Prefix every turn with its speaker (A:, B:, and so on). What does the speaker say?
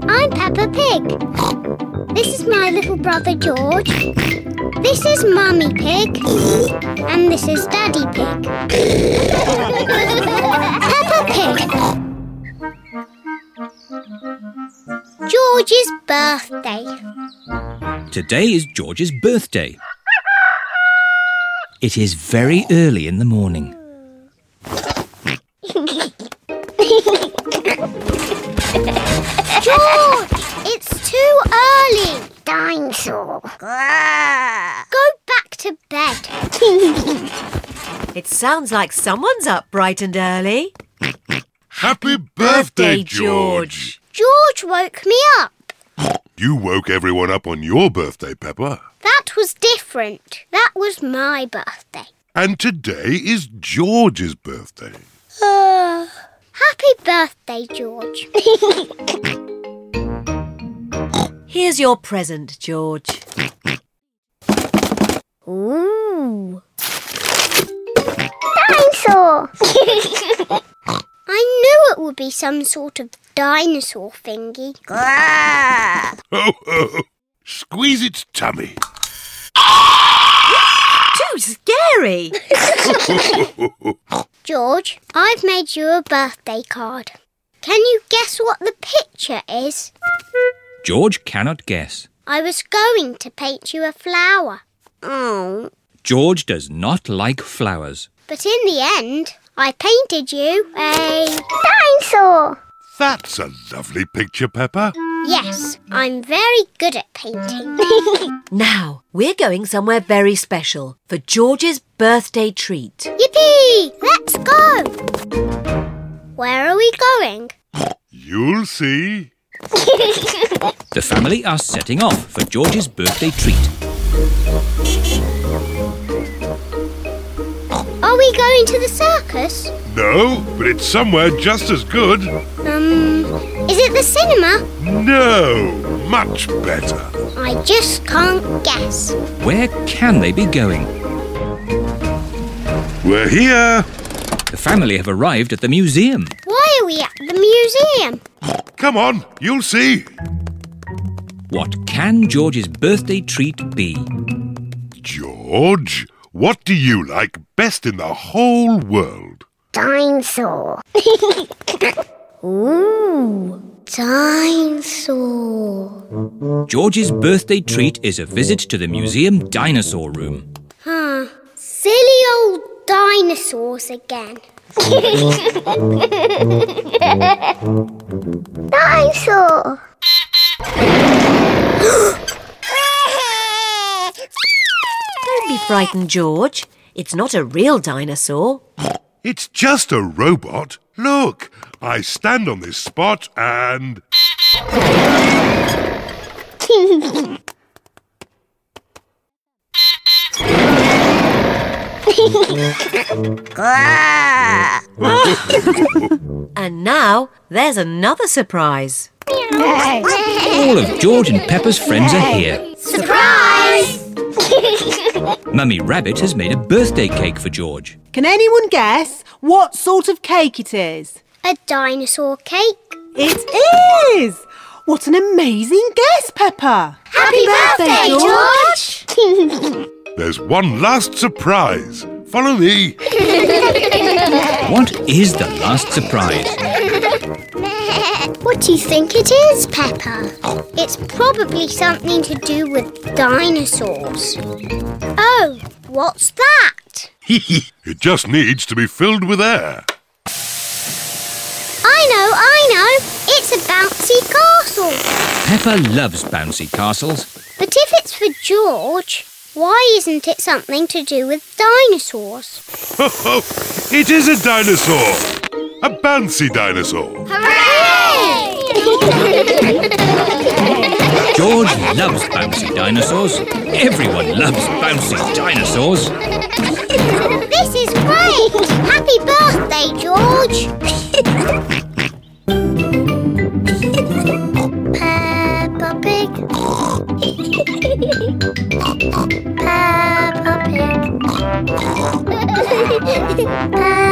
A: Peppa Pig. This is my little brother George. This is Mummy Pig. And this is Daddy Pig. Peppa Pig. George's birthday.
B: Today is George's birthday. It is very early in the morning.
A: George, it's too early. Dinosaur. Go back to bed.
C: It sounds like someone's up bright and early.
D: Happy birthday, George.
A: George woke me up.
D: You woke everyone up on your birthday, Peppa.
A: That was different. That was my birthday.
D: And today is George's birthday.
A: Happy birthday, George.
C: Here's your present, George.
A: Ooh. Dinosaur! I knew it would be some sort of dinosaur thingy.
D: Ho, ho, ho. Squeeze its tummy.
C: Too scary!
A: George, I've made you a birthday card. Can you guess what the picture is?
B: George cannot guess.
A: I was going to paint you a flower. Oh.
B: George does not like flowers.
A: But in the end, I painted you a dinosaur.
D: That's a lovely picture, Peppa.
A: Yes, I'm very good at painting.
C: Now, we're going somewhere very special for George's birthday treat.
A: Yippee! Let's go! Where are we going?
D: You'll see.
B: The family are setting off for George's birthday treat.
A: Are we going to the circus?
D: No, but it's somewhere just as good.
A: Um, is it the cinema?
D: No, much better.
A: I just can't guess.
B: Where can they be going?
D: We're here.
B: The family have arrived at the museum.
A: Why are we at the museum?
D: Come on, you'll see.
B: What can George's birthday treat be?
D: George, what do you like best in the whole world?
A: Dinosaur. Ooh. Dinosaur.
B: George's birthday treat is a visit to the museum dinosaur room.
A: Huh. Silly old dinosaurs again. dinosaur.
C: Don't be frightened, George. It's not a real dinosaur.
D: It's just a robot. Look, I stand on this spot and.
C: And now, there's another surprise.
B: All of George and Peppa's friends are here.
A: Surprise!
B: Mummy Rabbit has made a birthday cake for George.
E: Can anyone guess what sort of cake it is?
A: A dinosaur cake.
E: It is! What an amazing guess, Peppa!
A: Happy birthday, George!
D: There's one last surprise. Follow me.
B: What is the last surprise?
A: what do you think it is, Peppa? It's probably something to do with dinosaurs. Oh, what's that?
D: It just needs to be filled with air.
A: I know, I know. It's a bouncy castle.
B: Peppa loves bouncy castles.
A: But if it's for George, why isn't it something to do with dinosaurs?
D: Ho, ho. it is a dinosaur. A bouncy dinosaur.
B: George loves bouncy dinosaurs. Everyone loves bouncy dinosaurs.
A: this is great! Happy birthday, George! Peppa Pig. Peppa Pig. Peppa